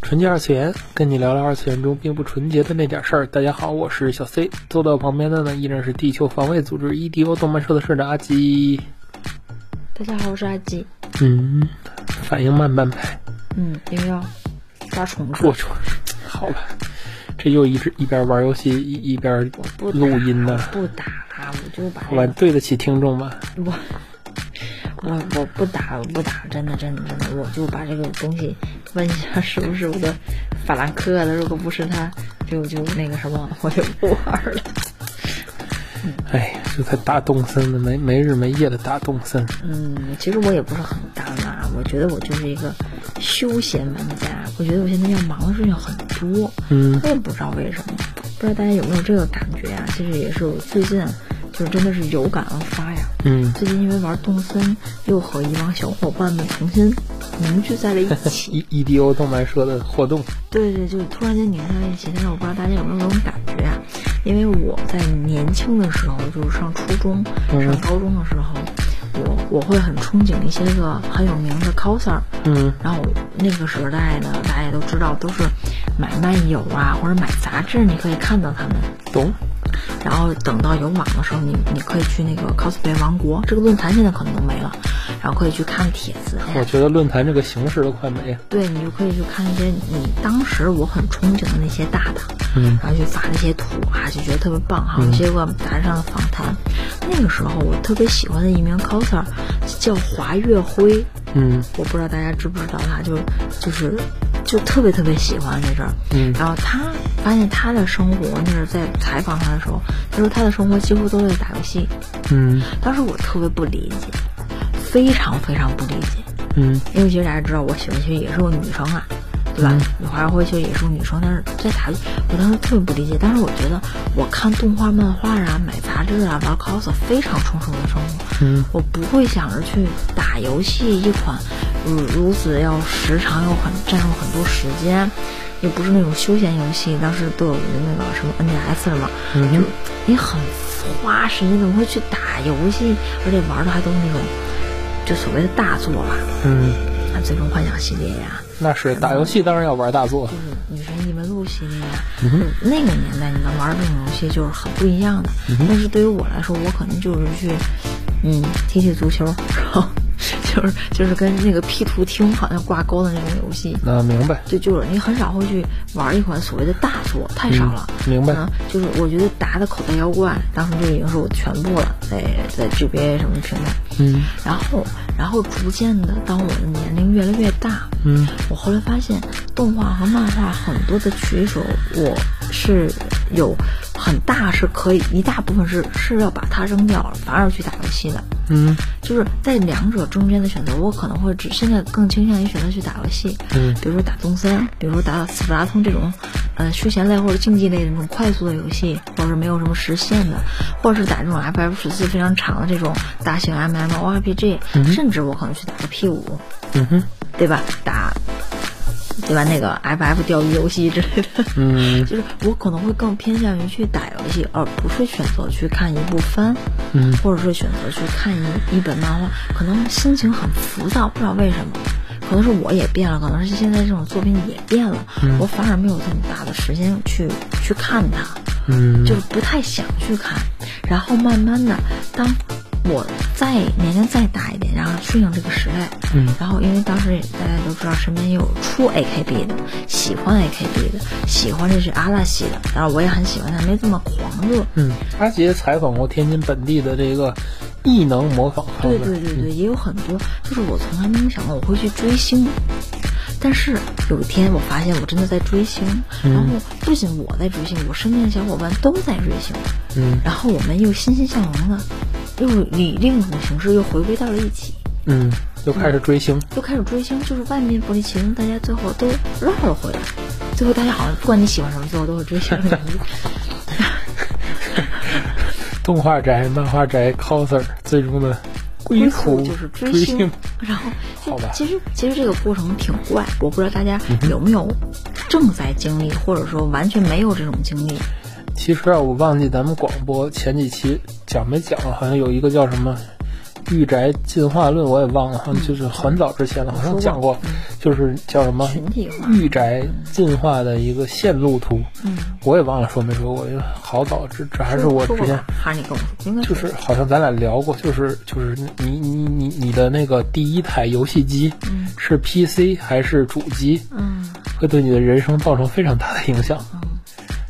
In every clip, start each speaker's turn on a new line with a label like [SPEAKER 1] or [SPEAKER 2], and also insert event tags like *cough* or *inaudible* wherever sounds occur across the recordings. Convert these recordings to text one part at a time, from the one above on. [SPEAKER 1] 纯洁二次元，跟你聊聊二次元中并不纯洁的那点事儿。大家好，我是小 C，坐在我旁边的呢依然是地球防卫组织 EDO 动漫社的社长阿基。
[SPEAKER 2] 大家好，我是阿吉。
[SPEAKER 1] 嗯，反应慢半拍，
[SPEAKER 2] 嗯，因为要抓虫
[SPEAKER 1] 我
[SPEAKER 2] 子，
[SPEAKER 1] 去，好吧，这又一直一边玩游戏一一边
[SPEAKER 2] 不
[SPEAKER 1] 录音呢，
[SPEAKER 2] 不打他，我就把
[SPEAKER 1] 好
[SPEAKER 2] 这
[SPEAKER 1] 吧，
[SPEAKER 2] 个
[SPEAKER 1] 对得起听众吧。
[SPEAKER 2] 我我我不打，我不打，真的真的真的，我就把这个东西问一下是不是我的法兰克的，如果不是他，就就那个什么，我就不玩了。
[SPEAKER 1] 哎呀，这才打动森呢，没没日没夜的打动森。
[SPEAKER 2] 嗯，其实我也不是很大妈，我觉得我就是一个休闲玩家，我觉得我现在要忙的事情很多。
[SPEAKER 1] 嗯
[SPEAKER 2] 我也不知道为什么，不知道大家有没有这个感觉啊？其实也是我最近，就是真的是有感而发呀。
[SPEAKER 1] 嗯，
[SPEAKER 2] 最近因为玩动森，又和一帮小伙伴们重新凝聚在了一
[SPEAKER 1] *laughs*
[SPEAKER 2] 起。
[SPEAKER 1] E EDO 动漫社的活动，
[SPEAKER 2] 对对，就突然间凝聚在一起。但是我不知道大家有没有这种感觉啊？因为我在年轻的时候，就是上初中、
[SPEAKER 1] 嗯
[SPEAKER 2] 上高中的时候，我我会很憧憬一些个很有名的 coser。
[SPEAKER 1] 嗯
[SPEAKER 2] 然后那个时代呢，大家也都知道，都是买漫游啊，或者买杂志，你可以看到他们。
[SPEAKER 1] 懂。
[SPEAKER 2] 然后等到有网的时候，你你可以去那个 cosplay 王国这个论坛，现在可能都没了，然后可以去看帖子。哎呀
[SPEAKER 1] 我觉得论坛这个形式都快没了。
[SPEAKER 2] 对你就可以去看一些你当时我很憧憬的那些大档，
[SPEAKER 1] 嗯
[SPEAKER 2] 然后去发那些图啊，就觉得特别棒哈。有些个杂志上的访谈，那个时候我特别喜欢的一名 coser 叫华月辉，
[SPEAKER 1] 嗯
[SPEAKER 2] 我不知道大家知不知道他，就就是就特别特别喜欢这阵儿。
[SPEAKER 1] 嗯
[SPEAKER 2] 然后他发现他的生活，那是在采访他的时候，他说他的生活几乎都在打游戏。
[SPEAKER 1] 嗯
[SPEAKER 2] 当时我特别不理解，非常非常不理解，
[SPEAKER 1] 嗯
[SPEAKER 2] 因为其实大家知道我喜欢其实也是个女生啊，对吧？华人会其实也是个女生，但是在打游戏，我当时特别不理解。但是我觉得我看动画、漫画啊，买杂志啊，玩 cos 非常充实我的生活。
[SPEAKER 1] 嗯
[SPEAKER 2] 我不会想着去打游戏一款，如如此要时长又很占用很多时间，也不是那种休闲游戏，当时都有那个什么 NDS 了嘛，
[SPEAKER 1] 嗯哼
[SPEAKER 2] 就你很花时间，怎么会去打游戏？而且玩的还都是那种就所谓的大作吧，
[SPEAKER 1] 嗯，
[SPEAKER 2] 啊，最终幻想系列呀、
[SPEAKER 1] 那是打游戏当然要玩大作。
[SPEAKER 2] 嗯就是女神异闻录系列啊，那个年代你能玩这种游戏就是很不一样的。但是对于我来说，我可能就是去，嗯，踢踢足球，然后就是就是跟那个 P 图厅好像挂钩的那种游戏。
[SPEAKER 1] 那明白。
[SPEAKER 2] 就就是你很少会去玩一款所谓的大作，太少了。
[SPEAKER 1] 嗯明白
[SPEAKER 2] 嗯就是我觉得达的口袋妖怪，当时就已经是我全部了，在在 GBA 什么平台。
[SPEAKER 1] 嗯
[SPEAKER 2] 然后，然后逐渐的，当我的年龄越来越大，
[SPEAKER 1] 嗯
[SPEAKER 2] 我后来发现，动画和漫画很多的取舍，我是有很大是可以一大部分是是要把它扔掉，反而去打游戏的。
[SPEAKER 1] 嗯
[SPEAKER 2] 就是在两者中间的选择，我可能会只现在更倾向于选择去打游戏，
[SPEAKER 1] 嗯
[SPEAKER 2] 比如说打动森，比如说打斯普拉通这种，呃，休闲类或者竞技类的那种快速的游戏，或者是没有什么时限的，或者是打这种 FF 十四非常长的这种大型 MMORPG，、甚至我可能去打个 P 五，
[SPEAKER 1] 嗯哼
[SPEAKER 2] 对吧？打，对吧？那个 FF 钓鱼游戏之类的，
[SPEAKER 1] 嗯
[SPEAKER 2] *laughs* 就是我可能会更偏向于去打游戏，而不是选择去看一部番，
[SPEAKER 1] 嗯
[SPEAKER 2] 或者是选择去看一一本漫画。可能心情很浮躁，不知道为什么，可能是我也变了，可能是现在这种作品也变了，我反而没有这么大的时间去去看它。
[SPEAKER 1] 嗯
[SPEAKER 2] 就是不太想去看。然后慢慢的，当我再年龄再大一点，然后适应这个时代，
[SPEAKER 1] 嗯
[SPEAKER 2] 然后因为当时也大家都知道，身边也有出 AKB 的，喜欢 AKB 的，喜欢这是阿拉西的，然后我也很喜欢，但没这么狂热。
[SPEAKER 1] 嗯，阿杰采访过天津本地的这个异能模仿方
[SPEAKER 2] 对
[SPEAKER 1] 面。
[SPEAKER 2] 对对对，也有很多，就是我从来没有想过我会去追星，但是有一天我发现我真的在追星，然后不仅我在追星，我身边的小伙伴都在追星，
[SPEAKER 1] 嗯
[SPEAKER 2] 然后我们又欣欣向荣的，又以另一种形式又回归到了一起。
[SPEAKER 1] 嗯又开始追星，
[SPEAKER 2] 就开始追星，就是万变不离其宗，大家最后都绕了回来。最后大家好像不管你喜欢什么，最后都会追星。
[SPEAKER 1] 动画宅、漫画宅、coser 最终的归途
[SPEAKER 2] 就是追
[SPEAKER 1] 追
[SPEAKER 2] 星
[SPEAKER 1] 星，
[SPEAKER 2] 然后
[SPEAKER 1] 好
[SPEAKER 2] 就
[SPEAKER 1] 吧嗯
[SPEAKER 2] 其实其实这个过程挺怪，我不知道大家有没有正在经历，或者说完全没有这种经历。
[SPEAKER 1] 其实啊，我忘记咱们广播前几期讲没讲了，好像有一个叫什么《御宅进化论》，我也忘了，好
[SPEAKER 2] 嗯
[SPEAKER 1] 像就是很早之前了，好像讲过，就是叫什么
[SPEAKER 2] 群体化嗯
[SPEAKER 1] 御宅进化的一个线路图，我也忘了说没说过，因为好早之这还是我
[SPEAKER 2] 说
[SPEAKER 1] 之
[SPEAKER 2] 过
[SPEAKER 1] 前
[SPEAKER 2] 吧，还是你跟我说，应该
[SPEAKER 1] 就是好像咱俩聊过，就是就是你你你你的那个第一台游戏机是 PC 还是主机，
[SPEAKER 2] 嗯
[SPEAKER 1] 会对你的人生造成非常大的影响，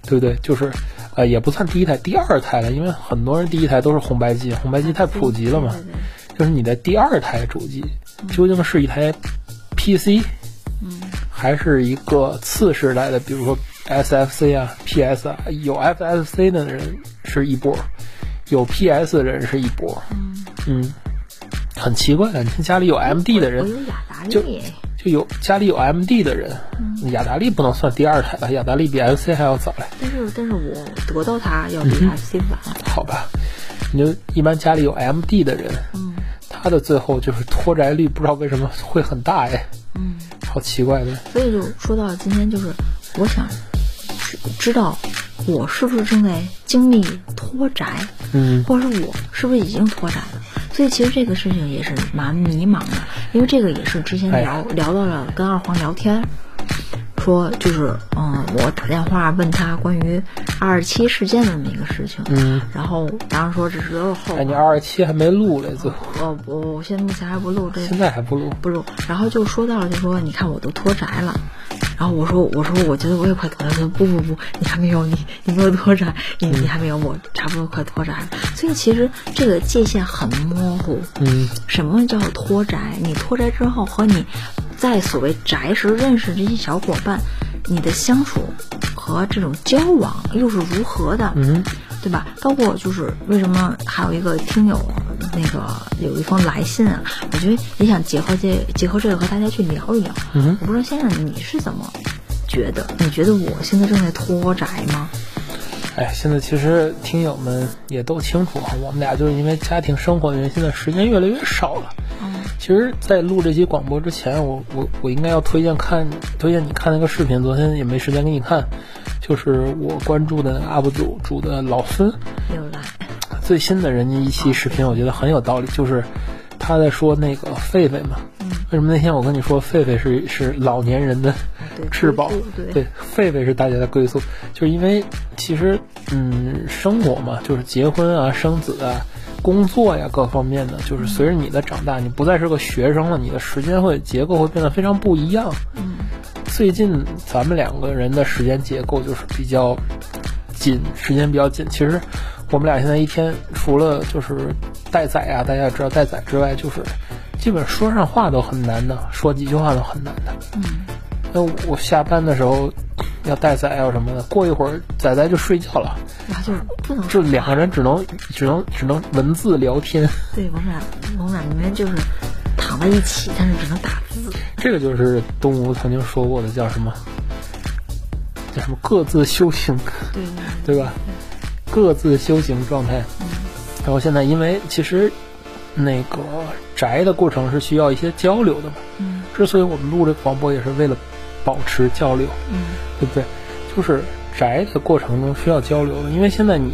[SPEAKER 1] 对不对？就是，呃，也不算第一台，第二台了，因为很多人第一台都是红白机，红白机太普及了嘛
[SPEAKER 2] 对。对对嗯
[SPEAKER 1] 就是你的第二台主机究竟是一台 PC，还是一个次世代的，比如说 SFC 啊、PS 啊，有 FFC 的人是一波，有 PS 的人是一波，嗯，很奇怪，你家里有 MD 的人
[SPEAKER 2] 我。有雅达
[SPEAKER 1] 就
[SPEAKER 2] 利，
[SPEAKER 1] 就有家里有 MD 的人，雅达利不能算第二台吧？雅达利比 FC 还要早嘞，
[SPEAKER 2] 但是但是我得到它
[SPEAKER 1] 嗯
[SPEAKER 2] 要比 FC 晚，
[SPEAKER 1] 好吧？你就一般家里有 MD 的人，
[SPEAKER 2] 嗯
[SPEAKER 1] 他的最后就是脱宅率不知道为什么会很大哎，
[SPEAKER 2] 嗯，
[SPEAKER 1] 好奇怪的。
[SPEAKER 2] 所以就说到今天，就是我想知知道我是不是正在经历脱宅，
[SPEAKER 1] 嗯，
[SPEAKER 2] 或者是我是不是已经脱宅了？所以其实这个事情也是蛮迷茫的，因为这个也是之前
[SPEAKER 1] 哎
[SPEAKER 2] 聊、
[SPEAKER 1] 呀
[SPEAKER 2] 聊到了跟二黄聊天，说就是嗯，我打电话问他关于二十七事件的这么一个事情，
[SPEAKER 1] 嗯，
[SPEAKER 2] 然后当时说这是都是后
[SPEAKER 1] 哎，你
[SPEAKER 2] 话，
[SPEAKER 1] 二二七还没录嘞，最后
[SPEAKER 2] 我我我现在目前还不录这个
[SPEAKER 1] 现在还不录，
[SPEAKER 2] 不是，然后就说到了，就说你看我都脱宅了，然后我说我说我觉得我也快脱宅了，他说不不不，你还没有你你没有脱宅，你你还没有我差不多快脱宅了，所以其实这个界限很模糊。
[SPEAKER 1] 嗯，
[SPEAKER 2] 什么叫脱宅？你脱宅之后和你在所谓宅时认识这些小伙伴，你的相处和这种交往又是如何的？
[SPEAKER 1] 嗯，
[SPEAKER 2] 对吧？包括就是为什么还有一个听友那个有一封来信啊，我觉得也想结合这结合这个和大家去聊一聊。
[SPEAKER 1] 嗯
[SPEAKER 2] 我不知道先生你是怎么觉得？你觉得我现在正在脱宅吗？
[SPEAKER 1] 哎，现在其实听友们也都清楚啊，我们俩就是因为家庭生活的原因，现在时间越来越少了。
[SPEAKER 2] 嗯
[SPEAKER 1] 其实，在录这期广播之前，我我我应该要推荐看推荐你看那个视频，昨天也没时间给你看，就是我关注的 UP 主主的老孙
[SPEAKER 2] 又来，
[SPEAKER 1] 最新的人家一期视频，我觉得很有道理，就是他在说那个狒狒嘛。
[SPEAKER 2] 嗯
[SPEAKER 1] 为什么那天我跟你说狒狒是是老年人的
[SPEAKER 2] 啊
[SPEAKER 1] *laughs*
[SPEAKER 2] 对
[SPEAKER 1] 至宝
[SPEAKER 2] 归宿？对
[SPEAKER 1] 对，狒狒是大家的归宿，就是因为其实嗯，生活嘛，就是结婚啊、生子啊、工作呀各方面的，就是随着你的长大，你不再是个学生了，你的时间会结构会变得非常不一样。
[SPEAKER 2] 嗯
[SPEAKER 1] 最近咱们两个人的时间结构就是比较紧，时间比较紧。其实我们俩现在一天除了就是带崽啊，大家也知道带崽之外，就是基本说上话都很难的，说几句话都很难的。
[SPEAKER 2] 嗯
[SPEAKER 1] 那我下班的时候要带崽啊什么的，过一会儿崽崽就睡觉了，
[SPEAKER 2] 然后就是不能
[SPEAKER 1] 就两个人只能只能只能文字聊天。 *laughs*
[SPEAKER 2] 对我们俩，我们俩明明就是躺在一起，但是只能打字。
[SPEAKER 1] 这个就是东吴曾经说过的，叫什么？叫什么？各自修行。
[SPEAKER 2] 对
[SPEAKER 1] 对吧？各自修行状态。
[SPEAKER 2] 嗯
[SPEAKER 1] 然后现在，因为其实那个宅的过程是需要一些交流的嘛。
[SPEAKER 2] 嗯
[SPEAKER 1] 之所以我们录这个广播，也是为了保持交流，
[SPEAKER 2] 嗯
[SPEAKER 1] 对不对？就是宅的过程中需要交流的，因为现在你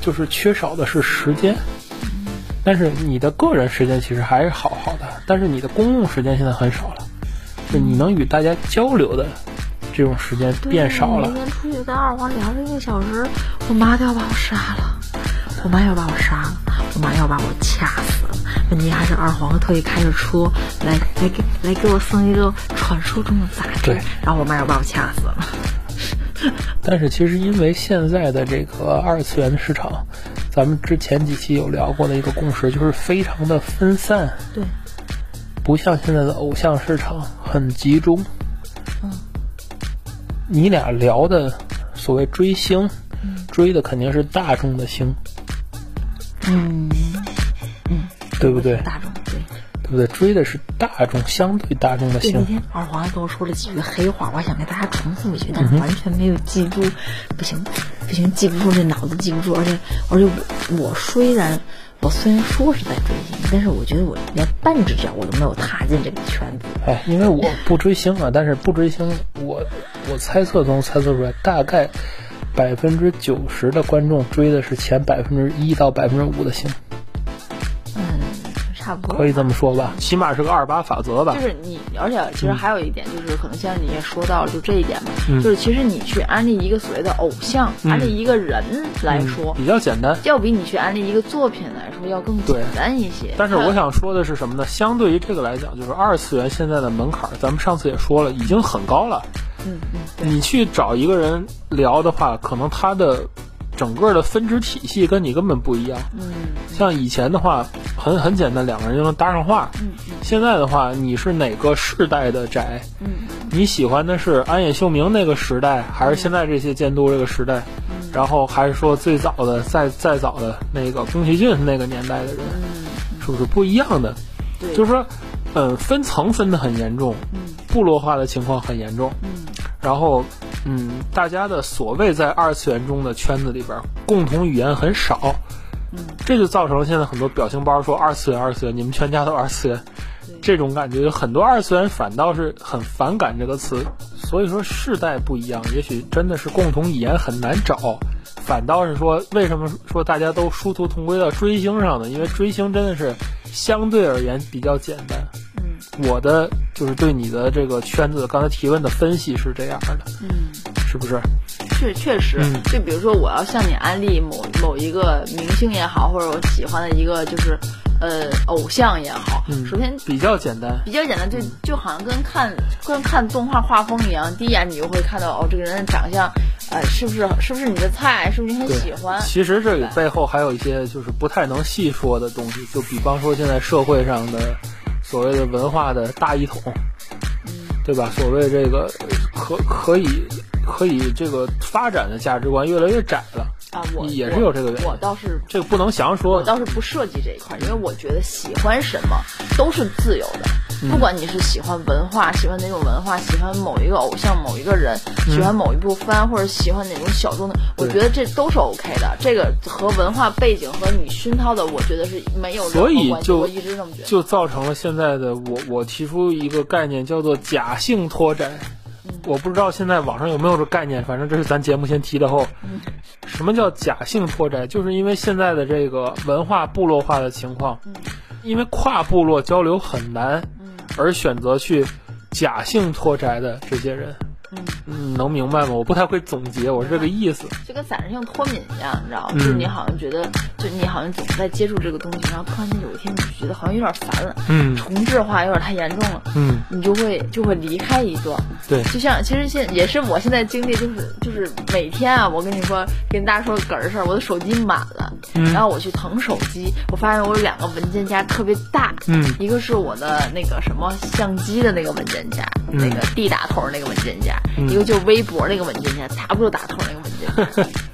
[SPEAKER 1] 就是缺少的是时间。
[SPEAKER 2] 嗯
[SPEAKER 1] 但是你的个人时间其实还是好好的，但是你的公共时间现在很少了，就
[SPEAKER 2] 嗯
[SPEAKER 1] 你能与大家交流的这种时间
[SPEAKER 2] 对
[SPEAKER 1] 变少了
[SPEAKER 2] 我。那天出去跟二黄聊了一个小时，我妈都要把我杀了，我妈要把我杀了，我妈要把我掐死了。问题还是二黄特意开着车来来给来给我送一个传说中的杂志
[SPEAKER 1] 对，
[SPEAKER 2] 然后我妈要把我掐死了。
[SPEAKER 1] 但是其实因为现在的这个二次元的市场，咱们之前几期有聊过的一个共识，就是非常的分散，
[SPEAKER 2] 对，
[SPEAKER 1] 不像现在的偶像市场很集中。
[SPEAKER 2] 嗯，
[SPEAKER 1] 你俩聊的所谓追星，追的肯定是大众的星，
[SPEAKER 2] 嗯，
[SPEAKER 1] 对不对？
[SPEAKER 2] 大众对，
[SPEAKER 1] 对不对？追的是大众，相对大众的
[SPEAKER 2] 对，那
[SPEAKER 1] 型。
[SPEAKER 2] 天二黄还跟我说了几句黑话，我还想给大家重复一句，
[SPEAKER 1] 嗯
[SPEAKER 2] 但是完全没有记住。不行，不行，记不住，这脑子记不住。而且，而且我我虽然我虽然说是在追星，但是我觉得我连半只脚我都没有踏进这个圈子。
[SPEAKER 1] 哎，因为我不追星啊， *laughs* 但是不追星，我我猜测从猜测出来，大概百分之九十的观众追的是前百分之一到百分之五的星，
[SPEAKER 2] 嗯，差不多。
[SPEAKER 1] 可以这么说吧？起码是个二八法则吧
[SPEAKER 2] 就？是你，而且其实还有一点，就是可能现在你也说到了，就这一点嘛，
[SPEAKER 1] 嗯
[SPEAKER 2] 就是其实你去安利一个所谓的偶像，安利一个人来说，
[SPEAKER 1] 比较简单。
[SPEAKER 2] 要比你去安利一个作品来说要更简
[SPEAKER 1] 嗯对
[SPEAKER 2] 单一些。
[SPEAKER 1] 但是
[SPEAKER 2] 还有
[SPEAKER 1] 我想说的是什么呢？相对于这个来讲，就是二次元现在的门槛儿，咱们上次也说了，已经很高了。
[SPEAKER 2] 嗯嗯，
[SPEAKER 1] 你去找一个人聊的话，可能他的整个的分支体系跟你根本不一样。
[SPEAKER 2] 嗯，
[SPEAKER 1] 像以前的话，很很简单，两个人就能搭上话。
[SPEAKER 2] 嗯
[SPEAKER 1] 现在的话，你是哪个世代的宅？
[SPEAKER 2] 嗯
[SPEAKER 1] 你喜欢的是安野秀明那个时代，还是现在这些监督这个时代？
[SPEAKER 2] 嗯
[SPEAKER 1] 然后还是说最早的、再再早的那个宫崎骏那个年代的人，是不是不一样的？
[SPEAKER 2] 对
[SPEAKER 1] 就是说，嗯，分层分得很严重，部落化的情况很严重。然后，嗯，大家的所谓在二次元中的圈子里边，共同语言很少，这就造成了现在很多表情包说二次元、二次元，你们全家都二次元，这种感觉，有很多二次元反倒是很反感这个词。所以说世代不一样，也许真的是共同语言很难找，反倒是说为什么说大家都殊途同归到追星上呢？因为追星真的是相对而言比较简单。
[SPEAKER 2] 嗯
[SPEAKER 1] 我的就是对你的这个圈子刚才提问的分析是这样的，
[SPEAKER 2] 嗯，
[SPEAKER 1] 是不是？
[SPEAKER 2] 确确实
[SPEAKER 1] 嗯，
[SPEAKER 2] 就比如说我要向你安利某某一个明星也好，或者我喜欢的一个就是呃偶像也好，
[SPEAKER 1] 嗯
[SPEAKER 2] 首先
[SPEAKER 1] 比较简单。
[SPEAKER 2] 比较简单，就就好像跟看跟看动画画风一样，第一眼你就会看到哦，这个人的长相，呃，是不是是不是你的菜，是不是你很
[SPEAKER 1] 对
[SPEAKER 2] 喜欢？
[SPEAKER 1] 其实这里背后还有一些就是不太能细说的东西，就比方说现在社会上的所谓的文化的大一统，
[SPEAKER 2] 嗯
[SPEAKER 1] 对吧？所谓这个可可以可以这个发展的价值观越来越窄了，
[SPEAKER 2] 啊，我
[SPEAKER 1] 也是有这个原因
[SPEAKER 2] 我我倒是
[SPEAKER 1] 这个不能详
[SPEAKER 2] 我
[SPEAKER 1] 说。
[SPEAKER 2] 倒是不涉及这一块，因为我觉得喜欢什么都是自由
[SPEAKER 1] 嗯
[SPEAKER 2] 的，不管你是喜欢文化，喜欢哪种文化，喜欢某一个偶像、某一个人，喜欢某一部番，或者喜欢哪种小众的，我
[SPEAKER 1] 嗯对
[SPEAKER 2] 觉得这都是 OK 的。这个和文化背景和你熏陶的，我觉得是没有任
[SPEAKER 1] 所
[SPEAKER 2] 何
[SPEAKER 1] 以
[SPEAKER 2] 关系。
[SPEAKER 1] 就
[SPEAKER 2] 我一直这么觉得。
[SPEAKER 1] 就造成了现在的我，我提出一个概念叫做假性脱宅。
[SPEAKER 2] 嗯
[SPEAKER 1] 我不知道现在网上有没有这概念，反正这是咱节目先提的后。
[SPEAKER 2] 嗯
[SPEAKER 1] 什么叫假性脱宅？就是因为现在的这个文化部落化的情况，
[SPEAKER 2] 嗯
[SPEAKER 1] 因为跨部落交流很难，而选择去假性脱宅的这些人，嗯，能明白吗？我不太会总结，我是这个意思。
[SPEAKER 2] 就跟散射性脱敏一样，你知道吗？
[SPEAKER 1] 嗯
[SPEAKER 2] 就是你好像觉得，就你好像总在接触这个东西，然后突然间有一天你就觉得好像有点烦了，
[SPEAKER 1] 嗯
[SPEAKER 2] 重置化有点太严重了，
[SPEAKER 1] 嗯，
[SPEAKER 2] 你就会就会离开一段。
[SPEAKER 1] 对，
[SPEAKER 2] 就像其实现也是我现在经历，就是就是每天啊，我跟你说跟大家说个哏儿事儿，我的手机满了，
[SPEAKER 1] 嗯
[SPEAKER 2] 然后我去腾手机，我发现我有两个文件夹特别大，
[SPEAKER 1] 嗯
[SPEAKER 2] 一个是我的那个什么相机的那个文件夹，
[SPEAKER 1] 嗯
[SPEAKER 2] 那个 D 打头儿那个文件夹，一个就是微博那个文件夹，W 打头儿那个文件夹。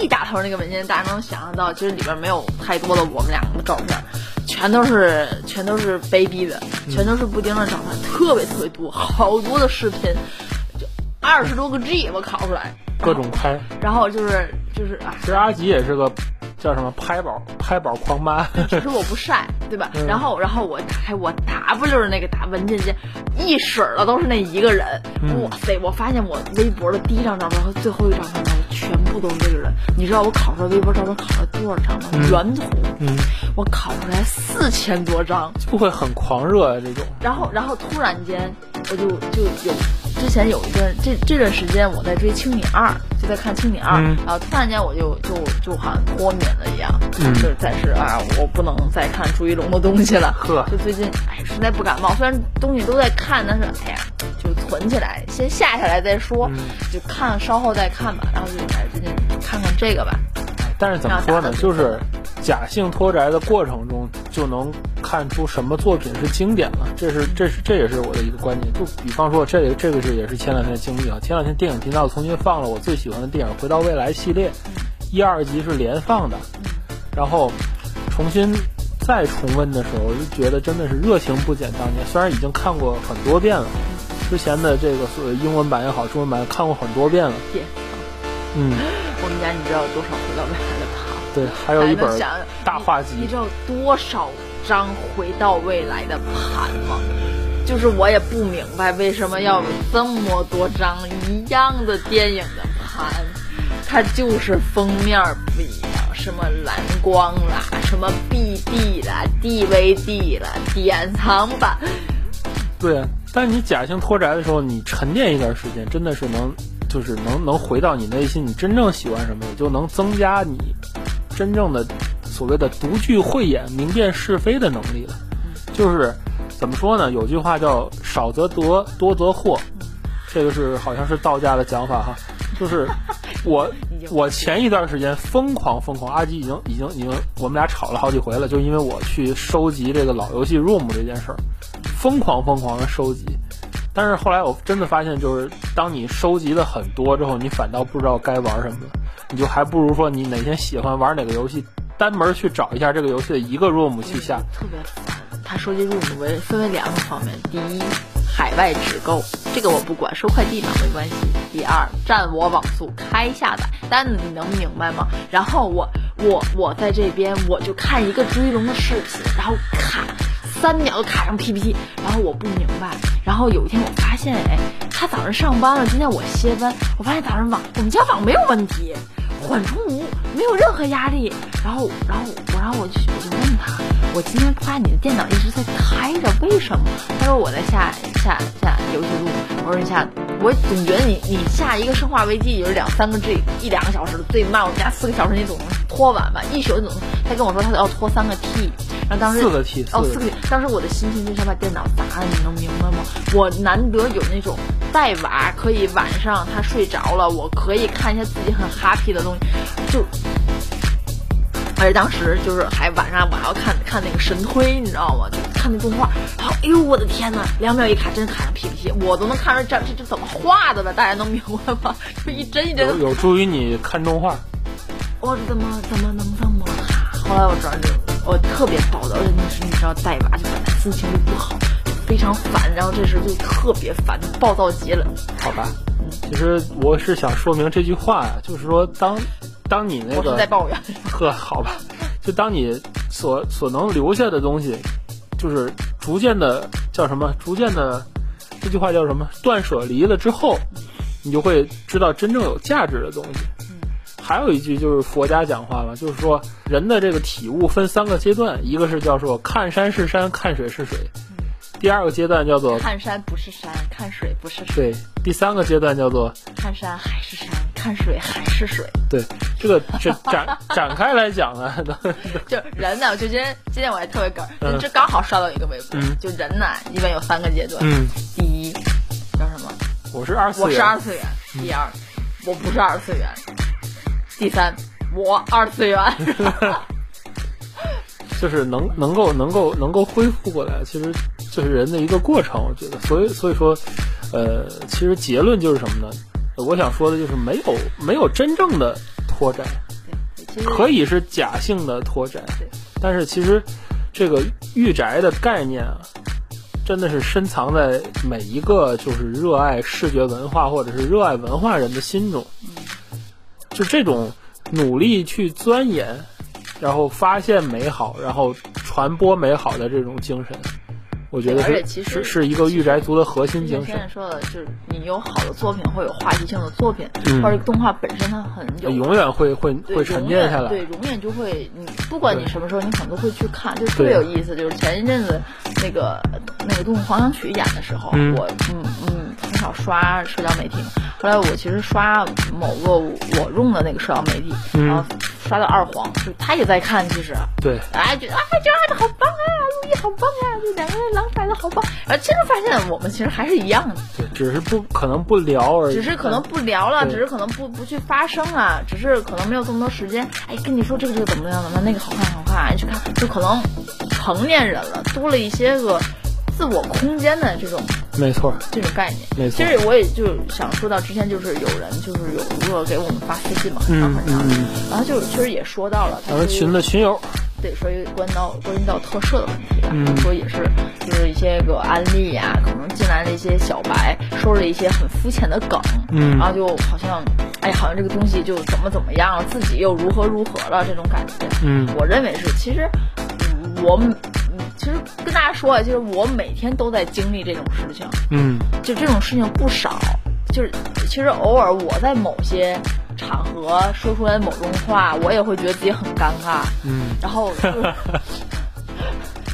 [SPEAKER 2] 一打头那个文件，大家能想象到，其实里边没有太多的我们两个的照片，全都是全都是卑鄙的，全都是布丁的照片，特别特别多，好多的视频，就二十多个 G 我拷出来，
[SPEAKER 1] 各种拍。
[SPEAKER 2] 然后就是就是啊，
[SPEAKER 1] 其实阿吉也是个叫什么拍宝拍宝狂妈。 *laughs*
[SPEAKER 2] 只是我不晒，对吧？
[SPEAKER 1] 嗯
[SPEAKER 2] 然后，然后我打开我 W 的那个打文件夹，一水儿的都是那一个人。
[SPEAKER 1] 嗯
[SPEAKER 2] 哇塞！我发现我微博的第一张照片和最后一张照片全部都是这个人。你知道我考出来微博照片考了多少张吗？原图，
[SPEAKER 1] 嗯
[SPEAKER 2] 我考出来四千多张。
[SPEAKER 1] 就会很狂热啊，这种。
[SPEAKER 2] 然后，然后突然间，我就就有之前有一段这这段时间我在追《青你二》，就在看《青你二》
[SPEAKER 1] 嗯
[SPEAKER 2] 然后突然间我就就就好像脱敏了一样，
[SPEAKER 1] 嗯
[SPEAKER 2] 就是暂时啊，我不能再看朱一龙的东西了。
[SPEAKER 1] 呵
[SPEAKER 2] 就最近哎，实在不感冒，虽然东西都在看，但是哎呀，就存起来，先下下来再说，
[SPEAKER 1] 嗯
[SPEAKER 2] 就看稍后再看吧。然后就哎，最近看看这个吧。
[SPEAKER 1] 但是怎么说呢？
[SPEAKER 2] 让大家
[SPEAKER 1] 就是假性脱宅的过程中，就能看出什么作品是经典了。这是这是这也是我的一个观点。就比方说，这个这个是也是前两天的经历啊。前两天电影频道重新放了我最喜欢的电影《回到未来》系列，一二集是连放的，然后重新。再重温的时候，就觉得真的是热情不减当年。虽然已经看过很多遍了，之前的这个所谓英文版也好，中文版看过很多遍了。
[SPEAKER 2] 谢谢
[SPEAKER 1] 嗯，
[SPEAKER 2] 我们家你知道有多少回到未来的跑？
[SPEAKER 1] 对，还有一本
[SPEAKER 2] 还能想
[SPEAKER 1] 大话集
[SPEAKER 2] 你，知道多少张回到未来的盘吗？就是我也不明白为什么要有这么多张一样的电影的盘，它就是封面不一样，什么蓝光啦，什么 BD 啦，DVD 啦，典藏版，
[SPEAKER 1] 对。但你假性脱宅的时候，你沉淀一段时间，真的是能，就是能能回到你内心，你真正喜欢什么，也就能增加你真正的所谓的独具慧眼、明辨是非的能力了。就是怎么说呢？有句话叫“少则得，多则惑”，这个是好像是道家的讲法哈。就是我我前一段时间疯狂疯狂，阿基已经已经已经我们俩吵了好几回了，就是因为我去收集这个老游戏 ROM 这件事儿，疯狂疯狂的收集。但是后来我真的发现，就是当你收集的很多之后，你反倒不知道该玩什么了，你就还不如说你哪天喜欢玩哪个游戏，单门去找一下这个游戏的一个 ROM 旗下，
[SPEAKER 2] 特别烦。他收集入伍为分为两个方面，第一，海外直购，这个我不管，收快递嘛没关系。第二，占我网速开下载，但你能明白吗？然后我我我在这边我就看一个追龙的视频，然后卡三秒卡上 PPT，然后我不明白，然后有一天我发现，哎，他早上上班了，今天我歇班，我发现早上网我们家网没有问题，缓冲无没有任何压力，然后然后我然后我就我就问他，我今天发现你的电脑一直在开着，为什么？他说我在下下下游戏录，我说你下，我总觉得你你下一个生化危机也就是两三个 G 一两个小时，最慢我们家四个小时你总能拖完吧，一宿你总能，他跟我说他要拖三个 T，然后当时
[SPEAKER 1] 四个 T，
[SPEAKER 2] 哦
[SPEAKER 1] 四个
[SPEAKER 2] 四个 T，当时我的心情就想把电脑砸了，你能明白吗？我难得有那种带娃可以晚上他睡着了，我可以看一下自己很 happy 的东西，就而且当时就是还晚上我还要看看那个神推，你知道吗？就看那动画，然后哎呦我的天呐，两秒一卡，真卡上 PPT，我都能看出这这这怎么画的了，大家能明白吗？就一帧一帧
[SPEAKER 1] 有
[SPEAKER 2] 的，
[SPEAKER 1] 有助于你看动画。
[SPEAKER 2] 我怎么怎么能这么卡？后来我知道就我特别暴躁，而且那时你知道带娃就本来心情就不好，就非常烦，然后这时就特别烦，暴躁极了。
[SPEAKER 1] 好吧，其实我是想说明这句话呀，就是说当当你那
[SPEAKER 2] 我是
[SPEAKER 1] 个
[SPEAKER 2] 在抱怨，
[SPEAKER 1] 呵，好吧，就当你所所能留下的东西，就是逐渐的叫什么？逐渐的，这句话叫什么？断舍离了之后，你就会知道真正有价值的东西。
[SPEAKER 2] 嗯
[SPEAKER 1] 还有一句就是佛家讲话嘛，就是说人的这个体悟分三个阶段，一个是叫做看山是山，看水是水，
[SPEAKER 2] 嗯
[SPEAKER 1] 第二个阶段叫做
[SPEAKER 2] 看山不是山，看水不是
[SPEAKER 1] 对，
[SPEAKER 2] 水，
[SPEAKER 1] 第三个阶段叫做
[SPEAKER 2] 看山还是山，看水还是水。
[SPEAKER 1] 对，这个
[SPEAKER 2] *laughs*
[SPEAKER 1] 展展展开来讲呢，
[SPEAKER 2] 就人呢，就今天今天我还特别梗，
[SPEAKER 1] 嗯
[SPEAKER 2] 这刚好刷到一个微博，
[SPEAKER 1] 嗯
[SPEAKER 2] 就人呢一般有三个阶段，
[SPEAKER 1] 嗯，
[SPEAKER 2] 第一叫什么？
[SPEAKER 1] 我是二次元，
[SPEAKER 2] 我是二次元。嗯第二，我不是二次元。第三，我二次 *laughs* 元。
[SPEAKER 1] 就是能能够能够能够恢复过来，其实就是人的一个过程，我觉得。所以所以说，呃，其实结论就是什么呢？我想说的就是没有没有真正的脱宅，
[SPEAKER 2] 其实
[SPEAKER 1] 可以是假性的脱宅，但是其实这个御宅的概念啊，真的是深藏在每一个就是热爱视觉文化或者是热爱文化人的心中。就这种努力去钻研，然后发现美好，然后传播美好的这种精神，我觉得
[SPEAKER 2] 对而且
[SPEAKER 1] 是
[SPEAKER 2] 其
[SPEAKER 1] 是
[SPEAKER 2] 实
[SPEAKER 1] 是一个御宅族的核心
[SPEAKER 2] 就
[SPEAKER 1] 精
[SPEAKER 2] 像现
[SPEAKER 1] 神
[SPEAKER 2] 在。说的，就是你有好的作品，或有话题性的作品，
[SPEAKER 1] 嗯
[SPEAKER 2] 或者动画本身它很有
[SPEAKER 1] 永远会会
[SPEAKER 2] 对
[SPEAKER 1] 会沉淀下来，
[SPEAKER 2] 永远对，永远就会，你不管你
[SPEAKER 1] 对
[SPEAKER 2] 什么时候，你可能都会去看，就特别有意思。就是前一阵子那个那个《动物狂想曲》演的时候，
[SPEAKER 1] 嗯
[SPEAKER 2] 我嗯嗯很少刷社交媒体嘛，后来我其实刷某个我用的那个社交媒体，
[SPEAKER 1] 嗯
[SPEAKER 2] 然后刷到二黄，就他也在看，其实。
[SPEAKER 1] 对
[SPEAKER 2] 哎，觉得啊，这样的好棒啊，陆毅好棒啊，这两个人狼来的好棒。然后其实发现我们其实还是一样的，
[SPEAKER 1] 对，只是不可能不聊而已，
[SPEAKER 2] 只是可能不聊了，
[SPEAKER 1] 对
[SPEAKER 2] 只是可能不不去发声了，只是可能没有这么多时间。哎，跟你说这个这个怎么样怎么样，那个好看好看，哎去看，就可能成年人了，多了一些个自我空间的这种
[SPEAKER 1] 没错，
[SPEAKER 2] 这种概念。
[SPEAKER 1] 没错
[SPEAKER 2] 其实我也就想说到之前就是有人就是有如果给我们发私信嘛，很长
[SPEAKER 1] 嗯
[SPEAKER 2] 很长，
[SPEAKER 1] 嗯嗯
[SPEAKER 2] 然后就是其实也说到了，他
[SPEAKER 1] 咱们
[SPEAKER 2] 说
[SPEAKER 1] 群的群友，
[SPEAKER 3] 得说有关到关于到特摄的问题吧，啊
[SPEAKER 1] 嗯
[SPEAKER 3] 说也是就是一些个案例呀、可能进来的一些小白说了一些很肤浅的梗，
[SPEAKER 1] 嗯
[SPEAKER 3] 然后就好像哎，好像这个东西就怎么怎么样了，自己又如何如何了这种感觉。
[SPEAKER 1] 嗯
[SPEAKER 3] 我认为是，其实嗯我嗯其实跟大家说啊，就是我每天都在经历这种事情，
[SPEAKER 1] 嗯
[SPEAKER 3] 就这种事情不少，就是其实偶尔我在某些场合说出来某种话，我也会觉得自己很尴尬，
[SPEAKER 1] 嗯，
[SPEAKER 3] 然后
[SPEAKER 1] *laughs*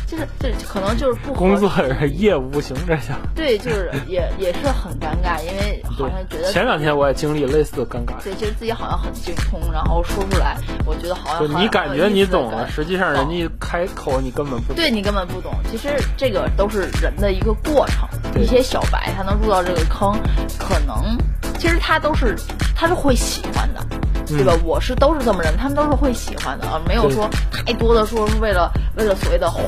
[SPEAKER 3] 就是就是就是可能就是不合
[SPEAKER 1] 工作业务不行，这叫。
[SPEAKER 3] 对，就是也也是很尴尬，因为好像觉得
[SPEAKER 1] 前两天我也经历类似的尴尬，
[SPEAKER 3] 对，其实自己好像很精通，然后说出来，我觉得好像
[SPEAKER 1] 就
[SPEAKER 3] 好
[SPEAKER 1] 你
[SPEAKER 3] 像
[SPEAKER 1] 感
[SPEAKER 3] 很有
[SPEAKER 1] 觉你
[SPEAKER 3] 意思的
[SPEAKER 1] 懂了，
[SPEAKER 3] 感觉
[SPEAKER 1] 实际上人家开口你根本不懂。
[SPEAKER 3] 对你根本不懂。其实这个都是人的一个过程，
[SPEAKER 1] 对
[SPEAKER 3] 一些小白他能入到这个坑，可能其实他都是他是会喜欢的。
[SPEAKER 1] 嗯
[SPEAKER 3] 对吧？我是都是这么认为，他们都是会喜欢的啊，没有
[SPEAKER 1] 对
[SPEAKER 3] 说太多的说是为了为了所谓的红，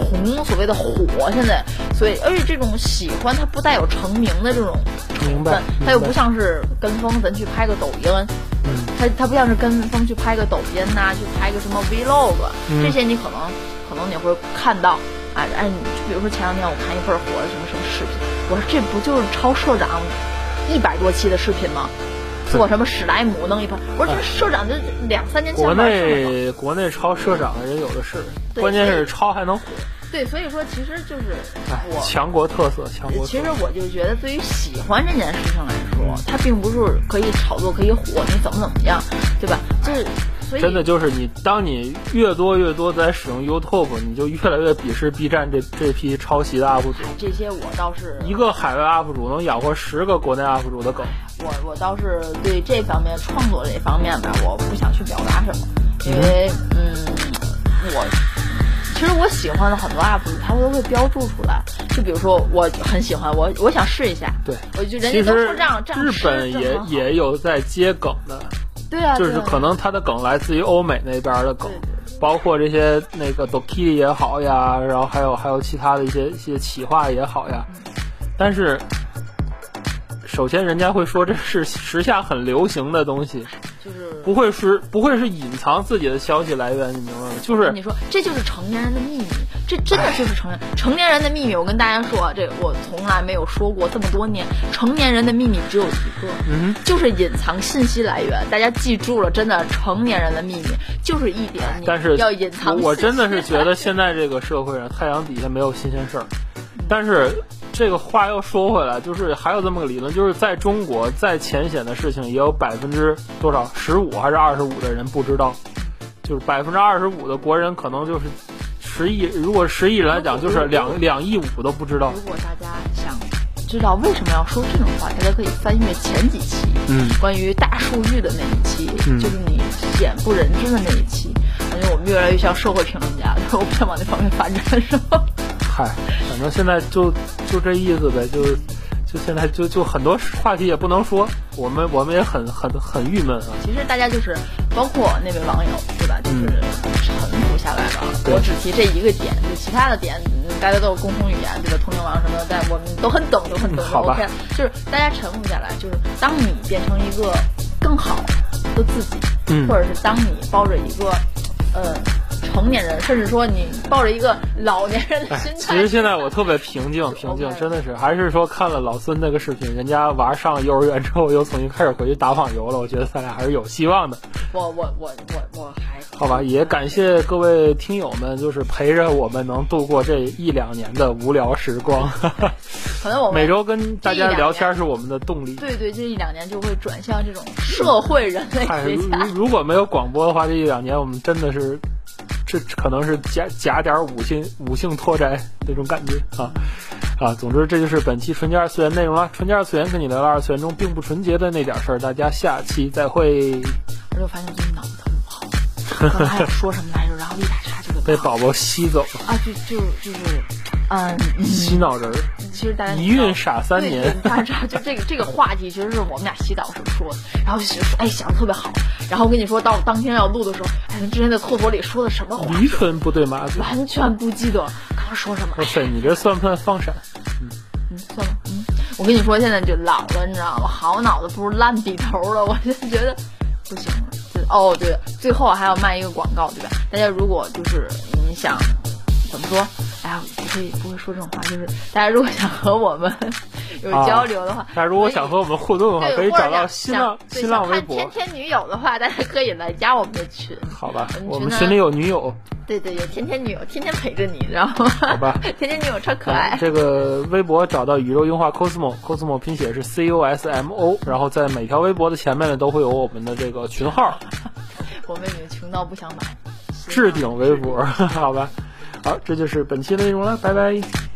[SPEAKER 3] 所谓的火。现在，所以而且这种喜欢它不带有成名的这种
[SPEAKER 1] 明
[SPEAKER 3] 成
[SPEAKER 1] 白
[SPEAKER 3] 分，
[SPEAKER 1] 明
[SPEAKER 3] 它又不
[SPEAKER 1] 白
[SPEAKER 3] 像是跟风，咱去拍个抖音，
[SPEAKER 1] 嗯
[SPEAKER 3] 它它不像是跟风去拍个抖音呐、去拍个什么 vlog，、
[SPEAKER 1] 嗯
[SPEAKER 3] 这些你可能可能你会看到啊，哎，你比如说前两天我看一份火的什么什么视频，我说这不就是超社长一百多期的视频吗？做什么史莱姆弄一盘，我说这社长这两三年
[SPEAKER 1] 哎国
[SPEAKER 3] 前玩的事儿吗
[SPEAKER 1] 内国内超社长的人有的是，
[SPEAKER 3] 对
[SPEAKER 1] 关键
[SPEAKER 3] 所
[SPEAKER 1] 是
[SPEAKER 3] 以
[SPEAKER 1] 超还能火，
[SPEAKER 3] 对，所以说其实就是
[SPEAKER 1] 哎
[SPEAKER 3] 我，
[SPEAKER 1] 强国特色，强国特
[SPEAKER 3] 其
[SPEAKER 1] 色
[SPEAKER 3] 实。我就觉得，对于喜欢这件事情来
[SPEAKER 1] 嗯
[SPEAKER 3] 说，它并不是可以炒作、可以火，你怎么怎么样，对吧？就是所以
[SPEAKER 1] 真的就是你，当你越多越多在使用 YouTube，你就越来越鄙视 B 站这这批抄袭的 UP 主。
[SPEAKER 3] 这些我倒是
[SPEAKER 1] 一个海外 UP 主能养活十个国内 UP 主的梗，
[SPEAKER 3] 我我倒是对这方面创作这方面吧，我不想去表达什么，因为嗯，我其实我喜欢的很多 UP 主，他都会标注出来。就比如说，我很喜欢我，我想试一下，
[SPEAKER 1] 对
[SPEAKER 3] 我就人
[SPEAKER 1] 其
[SPEAKER 3] 家
[SPEAKER 1] 实
[SPEAKER 3] 都说这样这样
[SPEAKER 1] 日
[SPEAKER 3] 吃
[SPEAKER 1] 本
[SPEAKER 3] 这
[SPEAKER 1] 也
[SPEAKER 3] 很好
[SPEAKER 1] 也有在接梗的，
[SPEAKER 3] 对啊，
[SPEAKER 1] 就是
[SPEAKER 3] 对啊
[SPEAKER 1] 可能他的梗来自于欧美那边的梗
[SPEAKER 3] 对对，
[SPEAKER 1] 包括这些那个 Doki 也好呀，然后还有还有其他的一些一些企划也好呀，
[SPEAKER 3] 嗯
[SPEAKER 1] 但是。首先，人家会说这是时下很流行的东西，
[SPEAKER 3] 就是
[SPEAKER 1] 不会是不会是隐藏自己的消息来源，你明白吗？就是
[SPEAKER 3] 你说这就是成年人的秘密，这真的就是成年成年人的秘密。我跟大家说，啊，这我从来没有说过，这么多年，成年人的秘密只有一个，
[SPEAKER 1] 嗯
[SPEAKER 3] 就是隐藏信息来源。大家记住了，真的，成年人的秘密就是一点，你
[SPEAKER 1] 但是
[SPEAKER 3] 要隐藏信息。
[SPEAKER 1] 我真的是觉得现在这个社会上，太阳底下没有新鲜事儿。
[SPEAKER 3] 嗯
[SPEAKER 1] 但是这个话又说回来，就是还有这么个理论，就是在中国再浅显的事情，也有百分之多少十五还是二十五的人不知道，就是百分之二十五的国人可能就是十亿，如果十亿人来讲，就是两两亿五都不知道
[SPEAKER 3] 如。果大家想知道为什么要说这种话，大家可以翻阅前几期，
[SPEAKER 1] 嗯，
[SPEAKER 3] 关于大数据的那一期，
[SPEAKER 1] 嗯
[SPEAKER 3] 就是你鲜不人知的那一期。感觉我们越来越像社会评论家，但是我不想往那方面发展，是吧？
[SPEAKER 1] 嗨，反正现在就就这意思呗，就就现在就就很多话题也不能说，我们我们也很很很郁闷啊。
[SPEAKER 3] 其实大家就是包括那位网友，对吧？就是沉浮下来吧。
[SPEAKER 1] 嗯对
[SPEAKER 3] 我只提这一个点，就其他的点，嗯大家都有共同语言，这个通灵王什么的，但我们都很懂，都很懂
[SPEAKER 1] 嗯。好吧
[SPEAKER 3] OK，就是大家沉浮下来，就是当你变成一个更好的自己，
[SPEAKER 1] 嗯
[SPEAKER 3] 或者是当你抱着一个呃成年人，甚至说你抱着一个老年人的
[SPEAKER 1] 哎
[SPEAKER 3] 心，态，
[SPEAKER 1] 其实现在我特别平
[SPEAKER 3] *laughs*
[SPEAKER 1] 静，平静，真的是，还是说看了老孙那个视频，人家娃上幼儿园之后又重新开始回去打网游了，我觉得咱俩还是有希望的，
[SPEAKER 3] 我我我我我还
[SPEAKER 1] 好吧？也感谢各位听友们，就是陪着我们能度过这一两年的无聊时光， *laughs*
[SPEAKER 3] 可能我们
[SPEAKER 1] 每周跟大家聊天是我们的动力。
[SPEAKER 3] 对对，这一两年就会转向这种社会人类
[SPEAKER 1] 哎，
[SPEAKER 3] 学
[SPEAKER 1] 如
[SPEAKER 3] 家。
[SPEAKER 1] 如果没有广播的话，这一两年我们真的是，这可能是夹夹点儿五性五性拓宅那种感觉啊啊！总之，这就是本期纯洁二次元内容了。纯洁二次元跟你聊聊二次元中并不纯洁的那点事儿，大家下期再会。
[SPEAKER 3] 我就发现自己脑子特别不好，刚才还想说什么来着，然后一打岔就给
[SPEAKER 1] 被
[SPEAKER 3] 忘
[SPEAKER 1] 宝
[SPEAKER 3] 了
[SPEAKER 1] 宝吸走，
[SPEAKER 3] 啊，就就就是，嗯，
[SPEAKER 1] 吸脑仁儿，
[SPEAKER 3] 其实大家
[SPEAKER 1] 一孕傻三
[SPEAKER 3] 对
[SPEAKER 1] 年
[SPEAKER 3] 嗯对。大家知道，就这个这个话题，其实是我们俩洗澡时说的，然后就觉得哎想的特别好，然后我跟你说到当天要录的时候，哎，之前在厕所里说的什么话，
[SPEAKER 1] 驴唇不对马嘴。
[SPEAKER 3] 完全不记得刚说什么。哎
[SPEAKER 1] 哇塞，你这算不算放闪？
[SPEAKER 3] 嗯，算了，嗯，我跟你说，现在就老了，你知道吗？好脑子不如烂笔头了，我 *laughs* 就觉得不行了。对哦，对，最后还要卖一个广告，对吧？大家如果就是你想怎么说？哎呀，不会不会说这种话，就是大家如果想和我们 *laughs* 有交流的话，
[SPEAKER 1] 大家如果啊想和我们互动的话，
[SPEAKER 3] 对
[SPEAKER 1] 可以
[SPEAKER 3] 或者
[SPEAKER 1] 找到
[SPEAKER 3] 想
[SPEAKER 1] 新浪
[SPEAKER 3] 对
[SPEAKER 1] 新浪
[SPEAKER 3] 想
[SPEAKER 1] 微
[SPEAKER 3] 看
[SPEAKER 1] 博
[SPEAKER 3] 天，天女友的话，大家可以来加我们的群。
[SPEAKER 1] 好吧
[SPEAKER 3] 我？
[SPEAKER 1] 我
[SPEAKER 3] 们群
[SPEAKER 1] 们
[SPEAKER 3] 呢
[SPEAKER 1] 群里有女友，
[SPEAKER 3] 对对，有天天女友，天天陪着你，知道吗？好
[SPEAKER 1] 吧
[SPEAKER 3] *laughs* 天天女友超可爱。
[SPEAKER 1] 嗯这个微博找到宇宙优化 cosmo，cosmo 拼写是 c o s m o，然后在每条微博的前面呢都会有我们的这个群号，
[SPEAKER 3] 我们已经穷到不想买。
[SPEAKER 1] *laughs* 置顶微博，好吧？好，这就是本期的内容了，拜拜。